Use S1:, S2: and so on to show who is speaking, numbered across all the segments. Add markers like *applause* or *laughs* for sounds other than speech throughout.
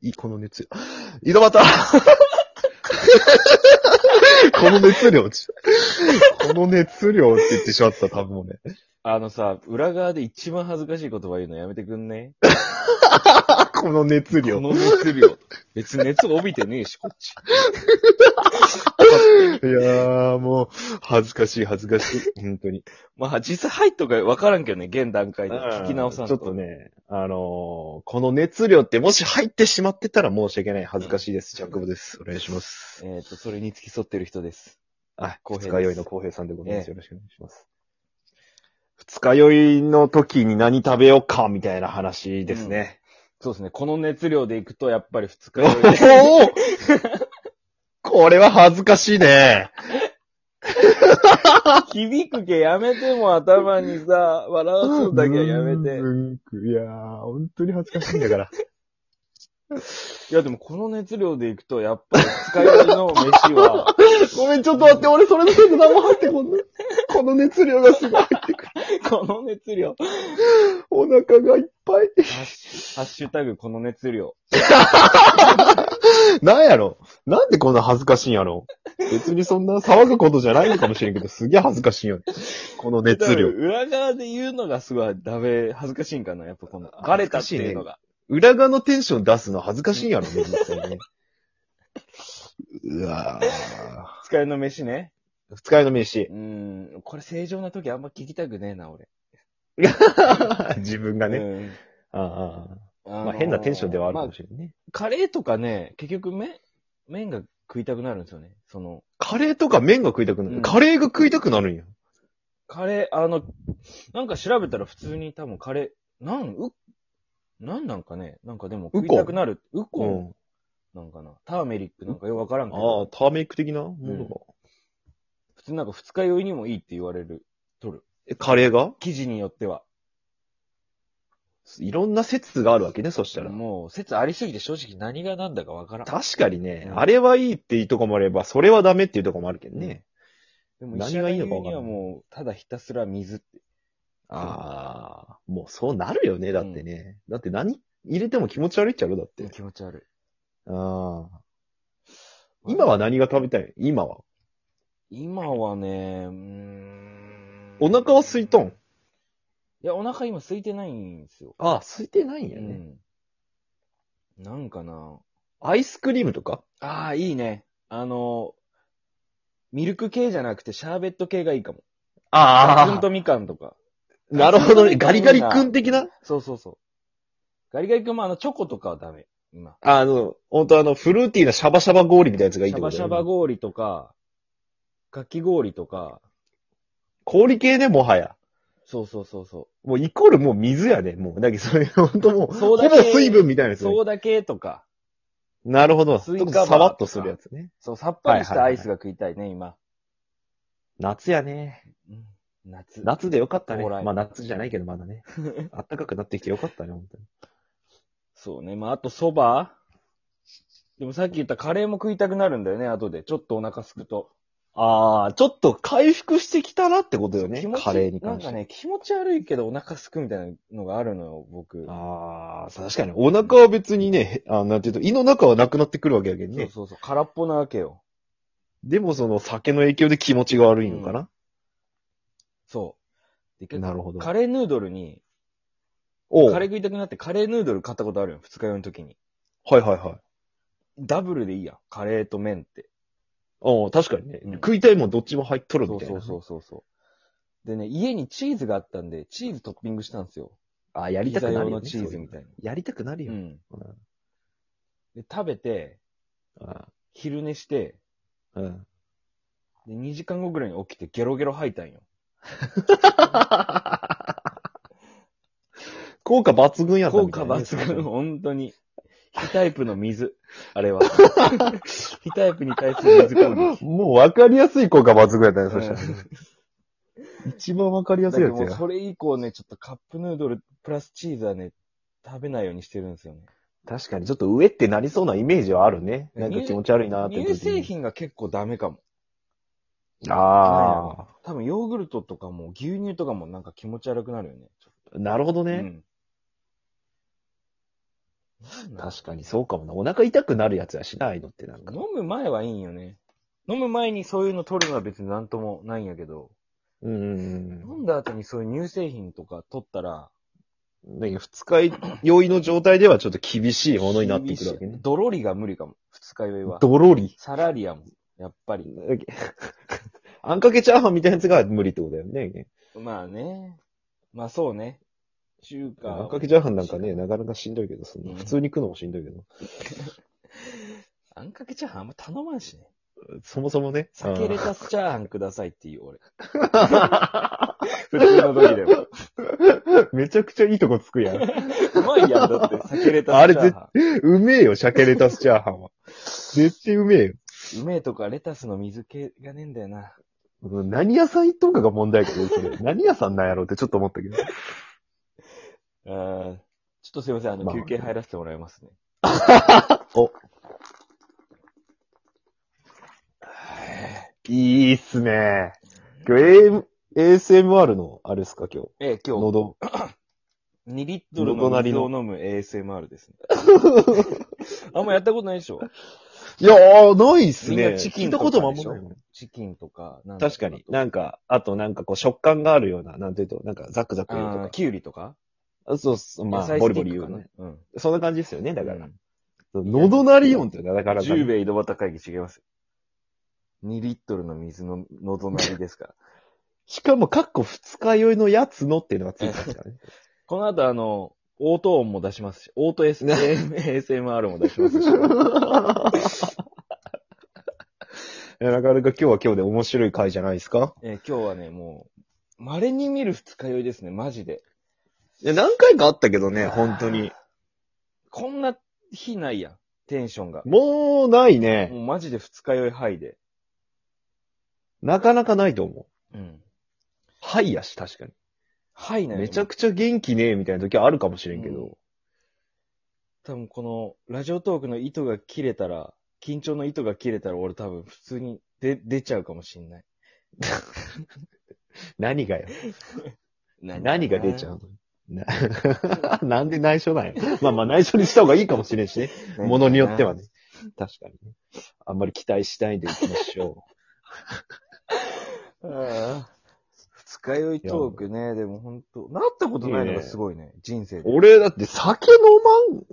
S1: い、この熱井戸端 *laughs* この熱量ち、この熱量って言ってしまった、多分ね。
S2: あのさ、裏側で一番恥ずかしい言葉言うのやめてくんね
S1: この熱
S2: こ
S1: 量。
S2: の熱量。別に熱帯びてねえし、こっち。
S1: いやー、もう、恥ずかしい、恥ずかしい。本当に。
S2: まあ、実際入っとかわからんけどね、現段階で。聞き直さん
S1: ちょっと。ね、あのー、この熱量ってもし入ってしまってたら申し訳ない。恥ずかしいです。ジャクボです。お願いします。
S2: えっ、と、それに付き添ってる人です。
S1: あ、
S2: 浩
S1: 二
S2: 平
S1: 日
S2: です
S1: 酔いの浩平さんでございます。よろしくお願いします。二日酔いの時に何食べようか、みたいな話ですね。
S2: そうですね。この熱量で行くと、やっぱり二日
S1: お
S2: 酔いで。
S1: *laughs* ーこれは恥ずかしいね。
S2: 響くけやめても頭にさ、笑わそうだけはやめて。
S1: いやー、本当に恥ずかしいんだから。
S2: いや、でもこの熱量で行くと、やっぱり二日酔いの飯は、
S1: ごめん、ちょっと待って、俺それのせいで何も入ってこんない。この熱量がすごい入ってくる。
S2: この熱量。
S1: お腹がいっぱい。
S2: ハッシュハッシュタグこの熱量。
S1: なんやろなんでこんな恥ずかしいんやろ別にそんな騒ぐことじゃないのかもしれんけど、すげえ恥ずかしいよ。この熱量。
S2: 裏側で言うのがすごいダメ、恥ずかしいんかな、やっぱこの、バレたっていうのが。
S1: 裏側のテンション出すの恥ずかしいんやろね、実際ね。うわぁ。
S2: 二日酔いの飯ね。
S1: 二日酔いの飯
S2: う。ん、これ正常な時あんま聞きたくねえな、俺。
S1: 自分がね。
S2: うん
S1: ああ
S2: あ
S1: ああ
S2: のー
S1: まあ変なテンションではあるか
S2: ま
S1: もしれんね。
S2: カレーとかね、結局麺、麺が食いたくなるんですよね。その、
S1: カレーとか麺が食いたくな
S2: うん
S1: る。カレーが食いたくなるんや。
S2: カレー、あの、なんか調べたら普通に多分カレー、なん、う、なんなんかね、なんかでも
S1: ウコン
S2: 食いたくなる。ウ
S1: う
S2: コン
S1: ん。
S2: なんかな。ターメリックなんかよくわからんけ
S1: ああ、
S2: ど、
S1: ターメイク的なものが。
S2: 普通なんか二日酔いにもいいって言われる。取る。
S1: え、カレーが
S2: 記事によっては。
S1: いろんな説があるわけね、そしたら。
S2: もう、説ありすぎて正直何が何だかわからん。
S1: 確かにね、
S2: うん
S1: あれはいいっていうとこもあれば、それはダメっていうとこもあるけどね。
S2: でも
S1: 何
S2: 石
S1: が
S2: 原
S1: いい
S2: 優
S1: のかわ
S2: に
S1: からん
S2: はもう、ただひたすら水って。
S1: ああ、もうそうなるよね、だってね。だって何入れても気持ち悪いっちゃろ、だって。
S2: 気持ち悪
S1: ああ。
S2: い。
S1: 今は何が食べたい今は。
S2: 今はね、うーん。
S1: お腹は空いとん。
S2: いや、お腹今空いてないんですよ。
S1: ああ、空いてないんや
S2: う
S1: ね。
S2: ん。なんかな。
S1: アイスクリームとか
S2: ああ、いいね。あの、ミルク系じゃなくてシャーベット系がいいかも。ガツン
S1: あ
S2: とみかんとか。
S1: あ、 *laughs* なるほどね。
S2: ガ
S1: ガ
S2: リ
S1: リ
S2: ガ
S1: ガリ
S2: リ君
S1: 君的な
S2: そうそうそう。ガリガリ君もあの、チョコとかはダメ。今。
S1: あの、本当あの、フルーティーなシャバシャバ氷みたいなやつがいい
S2: シ
S1: っ
S2: ャ
S1: てこと
S2: バシ
S1: だよ
S2: ャ
S1: ね
S2: バ氷とか、かき氷とか、
S1: 氷系ね、もはや。
S2: そうそうそうそ
S1: もうイコールもう水やね、 *laughs* もう。だけど、それ、本当もう、
S2: そ
S1: ほ
S2: う
S1: ぼ
S2: だけ
S1: 水分みたいなや
S2: う。
S1: つ。
S2: ソーダ系とか、
S1: なるほど。
S2: スイ
S1: ち
S2: カ
S1: ょっと
S2: バーとか
S1: さわっとするやつね。
S2: そう、さっぱりした
S1: はいはいは
S2: ア
S1: い
S2: イスが食いたいね、今。
S1: 夏やね。
S2: うん夏。
S1: 夏でよかったね。
S2: ほら
S1: まあ夏じゃないけどまだ *laughs* ね。あったかくなってきてよかったね、本当に。
S2: そうね。まあ、あと蕎麦でもさっき言ったカレーも食いたくなるんだよね、後で。ちょっとお腹すくと。
S1: ああ、ちょっと回復してきたなってことよね
S2: 気持。ち
S1: カレーに関して。
S2: なんかね、気持ち悪いけどお腹すくみたいなのがあるのよ、僕。
S1: ああ、確かに。お腹は別にね、へあなんていうと、胃の中はなくなってくるわけやけど
S2: そ
S1: ね。
S2: うそうそう。空っぽなわけよ。
S1: でもその酒の影響で気持ちが悪いのかな、
S2: そう。で結
S1: な
S2: 構
S1: るほど。
S2: カレーヌードルに、
S1: おう
S2: カレー食いたくなってカレーヌードル買ったことあるよ、二日酔いの時に。
S1: はいはいはい。
S2: ダブルでいいやんカレーと麺って。
S1: おう確かにね、
S2: うん
S1: 食いたいもんどっちも入っとる
S2: そ
S1: み
S2: う
S1: たい
S2: そ
S1: な。
S2: うそうそうそう。でね、家にチーズがあったんで、チーズトッピングしたんですよ。
S1: ああ、や
S2: ピ
S1: りたく
S2: ザ
S1: な
S2: 用
S1: るよ、
S2: の
S1: ね。
S2: チー
S1: そ
S2: ズ
S1: うい
S2: み
S1: うの
S2: たいな。
S1: やりたくなるよ。
S2: うん。
S1: うん
S2: で、食べて、昼寝して、
S1: うんうん
S2: で、2時間後ぐらいに起きてゲロゲロ吐いたんよ。
S1: 効果抜群やった
S2: 効
S1: みた
S2: 果
S1: いなね
S2: 抜群、。本当に。非タイプの *laughs* 水。あれは。非タイプに対する水攻撃。
S1: もう分かりやすい効果抜群やったね、
S2: う
S1: そ
S2: ん
S1: したら。一番分かりや
S2: だ
S1: すい
S2: け
S1: や
S2: ど
S1: つ
S2: もう
S1: や。
S2: それ以降ね、ちょっとカップヌードルプラスチーズはね、食べないようにしてるんですよね。
S1: 確かに、ちょっと上ってなりそうなイメージはあるね。なんか気持ち悪いなって時
S2: 乳
S1: に。
S2: 製品が結構ダメかも。
S1: あ
S2: 多分ヨーグルトとかも牛乳とかもなんか気持ち悪くなるよね。
S1: あ、なるほど
S2: う
S1: ね。
S2: ん。
S1: 確かにそうかもな。お腹痛くなるやつやしないのってなんか。
S2: 飲む前はいいんよね。飲む前にそういうの取るのは別になんともないんやけど、
S1: うんうん
S2: 飲んだ後にそういう乳製品とか取ったら、
S1: うん。だけど二日酔い酔いの状態ではちょっと厳しいものになってくるわけね。
S2: ドロリが無理かも。二日酔いは。
S1: ドロリ。
S2: サラリアも、やっぱり。
S1: あんかけチャーハンみたいなやつが無理ってことだよね。
S2: まあね。まあそうね。中華
S1: あん
S2: を。
S1: かけチャーハンなんかね、なかなかしんどいけど、その
S2: うん
S1: 普通に食うのもしんどいけど。
S2: あんかけチャーハンあんま頼まんしね。
S1: そもそもね。
S2: 酒
S1: う
S2: レ
S1: ん
S2: タスチャーハンくださいっていう俺。普通の時でも。
S1: *laughs* めちゃくちゃいいとこつくやん。
S2: うまいやん、だって。酒レタ
S1: あ
S2: ス
S1: れ
S2: チャーハ
S1: うめえよ、鮭レタスチャーハンは。絶対うめえよ。
S2: ン。うめえとかレタスの水気がねえんだよな。
S1: 何屋さん行っとんかが問題やけど、それ。何屋さんなんやろうってちょっと思ったけど。
S2: あーちょっとすいません、あの、
S1: まあ
S2: 休憩入らせてもらいますね。
S1: いいっすね。今日 AM ASMR の、あれっすか、今日。
S2: ええ、今日、
S1: 喉。
S2: 2リットルの水を飲む ASMR
S1: *laughs*
S2: ですね。あんまやったことないでしょ
S1: いやー、ないっす
S2: みん
S1: ね。
S2: なチキン
S1: 聞いた
S2: とか
S1: こともあんま
S2: でしょ
S1: ないもん
S2: チキンとか、なんだ
S1: 確かに。なんか、あとなんかこう食感があるような、なんていうと、なんかザクザク
S2: あ
S1: 言うと
S2: ー
S1: か。
S2: キュウリとか
S1: あそうそう、まあ、ボリボリ言うよね。。
S2: 野菜スティックか
S1: そんな感じですよね、だ
S2: うん。
S1: か
S2: う
S1: ら
S2: ん。
S1: 喉鳴り音ってなかなかね。
S2: 10米井戸端会議違います。2リットルの水の喉鳴りですから。
S1: しかも、かっこ二日酔いのやつのっていうのがついてますからね。 *laughs*
S2: この後あの、オート音も出しますし、オート S- ASMR も出
S1: *laughs*
S2: しますし。
S1: いやなかなか今日は今日で面白い回じゃないですか
S2: えー今日はね、もう、稀に見る二日酔いですね、マジで。
S1: いや、何回かあったけどね、本当に。
S2: こんな日ないやん、テンションが。
S1: もうないね。
S2: もうマジで二日酔いハイで。
S1: なかなかないと思う。
S2: うん。
S1: はいやし、確かに。
S2: ハイなんよ
S1: めちゃくちゃ元気ねえみたいな時はあるかもしれんけ
S2: うん
S1: ど。
S2: 多分この、ラジオトークの糸が切れたら、緊張の糸が切れたら俺多分普通に出、出ちゃうかもしんない。
S1: 何がよ。何が出ちゃ
S2: う
S1: うのな *laughs* なんで内緒なんや。まあまあ内緒にした方がいいかもしれんしね。ものによっては
S2: ね。
S1: ね。確かにね。あんまり期待しないでいきましょ
S2: ああ二日酔いトークね、でも本当なったことないのがすごいね、人生
S1: う。*laughs*
S2: で。
S1: 俺だって酒飲まん、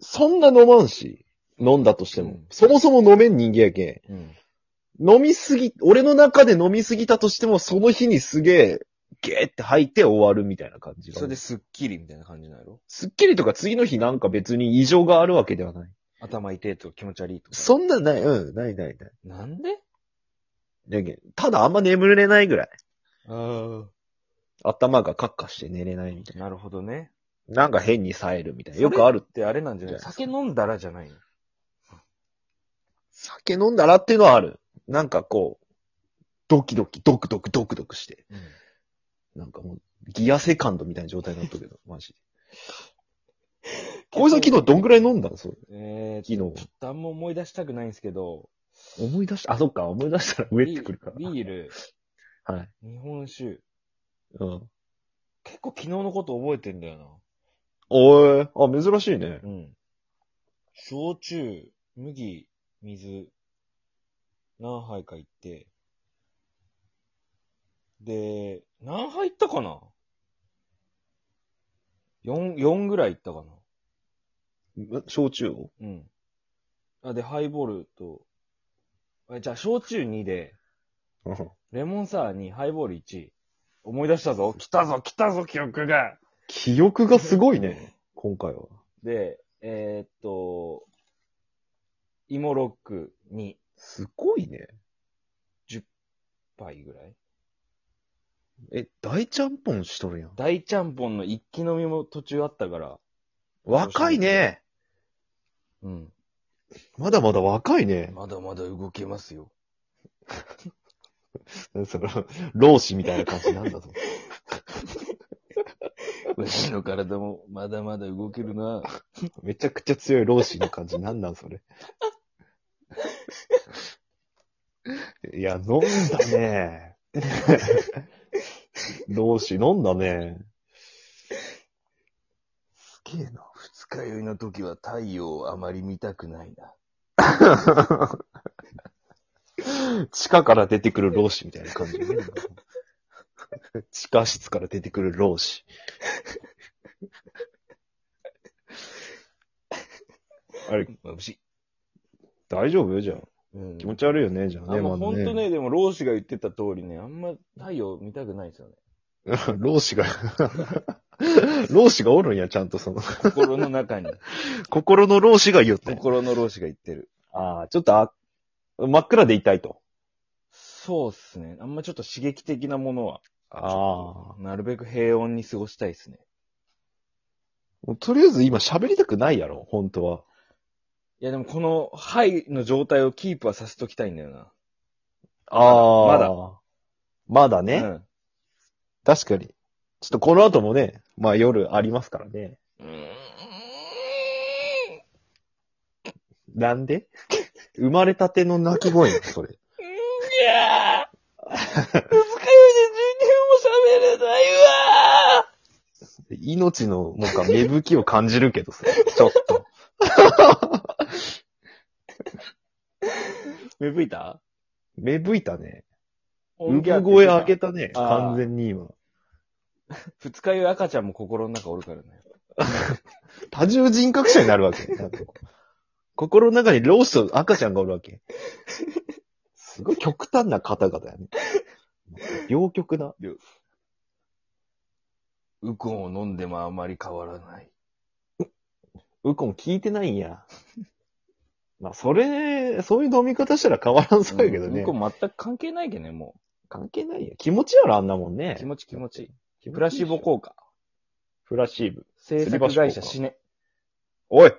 S1: そんな飲まんし、飲んだとしても。
S2: うん
S1: そもそも飲めん人間やけ
S2: うん。
S1: ん。飲みすぎ、俺の中で飲みすぎたとしても、その日にすげえ、ゲーって吐いて終わるみたいな感じが。
S2: それで、スッキリみたいな感じなんやろ
S1: すっきりとか次の日なんか別に異常があるわけではない。
S2: 頭痛いとか気持ち悪いとか。
S1: そんなない、うん、ないないない。
S2: なんで
S1: だけどただあんま眠れないぐらい。
S2: あ
S1: 頭がカッカして寝れないみたい
S2: あ。なるほどね。
S1: な。なんか変に冴えるみたいな。よくある
S2: ってあれなんじゃない
S1: じゃない
S2: 酒飲んだらじゃないの
S1: 酒飲んだらっていうのはある。なんかこう、ドキドキ、ドクドク、ドクドクして。なんかもう、ギアセカンドみたいな状態になったけど、マ *laughs* ジで。小井さん昨日どんぐらい飲んだのそれ。
S2: えー、ちょ
S1: 昨日。
S2: っとあんま思い出したくないんですけど。
S1: 思い出した。あ、そっか、思い出したら上ってくるから。
S2: ビービール、
S1: はい。
S2: 日本酒。
S1: うん。
S2: 結構昨日のこと覚えてんだよ
S1: おー、あ、珍しいね
S2: な。。うん。焼酎、麦、水、何杯か行って。で、何杯行ったかな ?4、4ぐらい行ったか
S1: 焼酎 *laughs* を。
S2: なうん。あ、で、ハイボールと、あじゃあ、焼酎2で、レモンサワーにハイボール1。思い出したぞ。来たぞ、来たぞ、記憶が。
S1: 記憶がすごいね。今回は。
S2: で、えーっと、芋ロックに
S1: すごいね。
S2: 杯ぐらい。
S1: え、大ちゃんぽんしとるやん。
S2: 大ちゃんぽんの一気飲みも途中あったから。
S1: 若いね。
S2: うん。
S1: まだまだ若いね。
S2: まだまだ動けますよ。
S1: その、老子みたいな感じなんだぞ。 *laughs*
S2: 私の体もまだまだ動けるな。
S1: めちゃくちゃ強い老子の感じ。なんなんそれ。 *laughs* いや、飲んだね。 *laughs* 老子飲んだね。すげえな。二
S2: 二日酔いの時は太陽をあまり見たくないな。
S1: *laughs* 地下から出てくる老子みたいな感じ、ね。地下室から出てくる老子。あれ、
S2: 眩しい。
S1: 大丈夫じゃん。
S2: うん
S1: 気持ち悪いよね、じゃあ
S2: あ
S1: ね。
S2: んま
S1: ま
S2: ほ
S1: だ
S2: んとね、でも、老子が言ってた通りね、あんま太陽見たくないですよね。
S1: *laughs* 老子が、老子がおるんや、ちゃんとその、 *laughs*
S2: 心の中に。
S1: 心の老子が言って。
S2: *laughs* 心の老子が言ってる。
S1: ああ、ちょっとあ、真っ暗でいたいと。
S2: そうっすね。あんまちょっと刺激的なものは、
S1: ああ。
S2: なるべく平穏に過ごしたいですね。
S1: もうとりあえず今喋りたくないやろ、本当は。
S2: いやでもこの、ハイの状態をキープはさせときたいんだよな。
S1: あ
S2: ま
S1: あ。
S2: だ
S1: まだね、確かに。ちょっとこの後もね、まあ夜ありますからね。
S2: うん。うーん
S1: なんで *laughs* 生まれたての泣き声やそれ。
S2: いやー二日酔いで12分も喋れないわ
S1: 命の、なんか芽吹きを感じるけどさ、ちょっと。
S2: ー芽吹いた
S1: 芽吹いたね。産声上げたね、
S2: あー
S1: 完全に今。
S2: 二日酔い赤ちゃんも心の中おるからね。
S1: 多重人格者になるわ
S2: *laughs*
S1: け。なんか心の中に老子と赤ちゃんがおるわけ。すごい極端な方々やね。両極な。
S2: ウコンを飲んでもあまり変わらない。
S1: ウコン聞いてないんや。まあ、それ、そういう飲み方したら変わらんそうやけどね。
S2: ウコン全く関係ないけどね、も
S1: 関係ないや。気持ちやろ、あんなもん
S2: う。
S1: ね
S2: 気。持ち気持ち。
S1: 気持ちいいっしょ
S2: プラシーボ効果。
S1: プラシーブ。
S2: 制作会社死ね。
S1: おい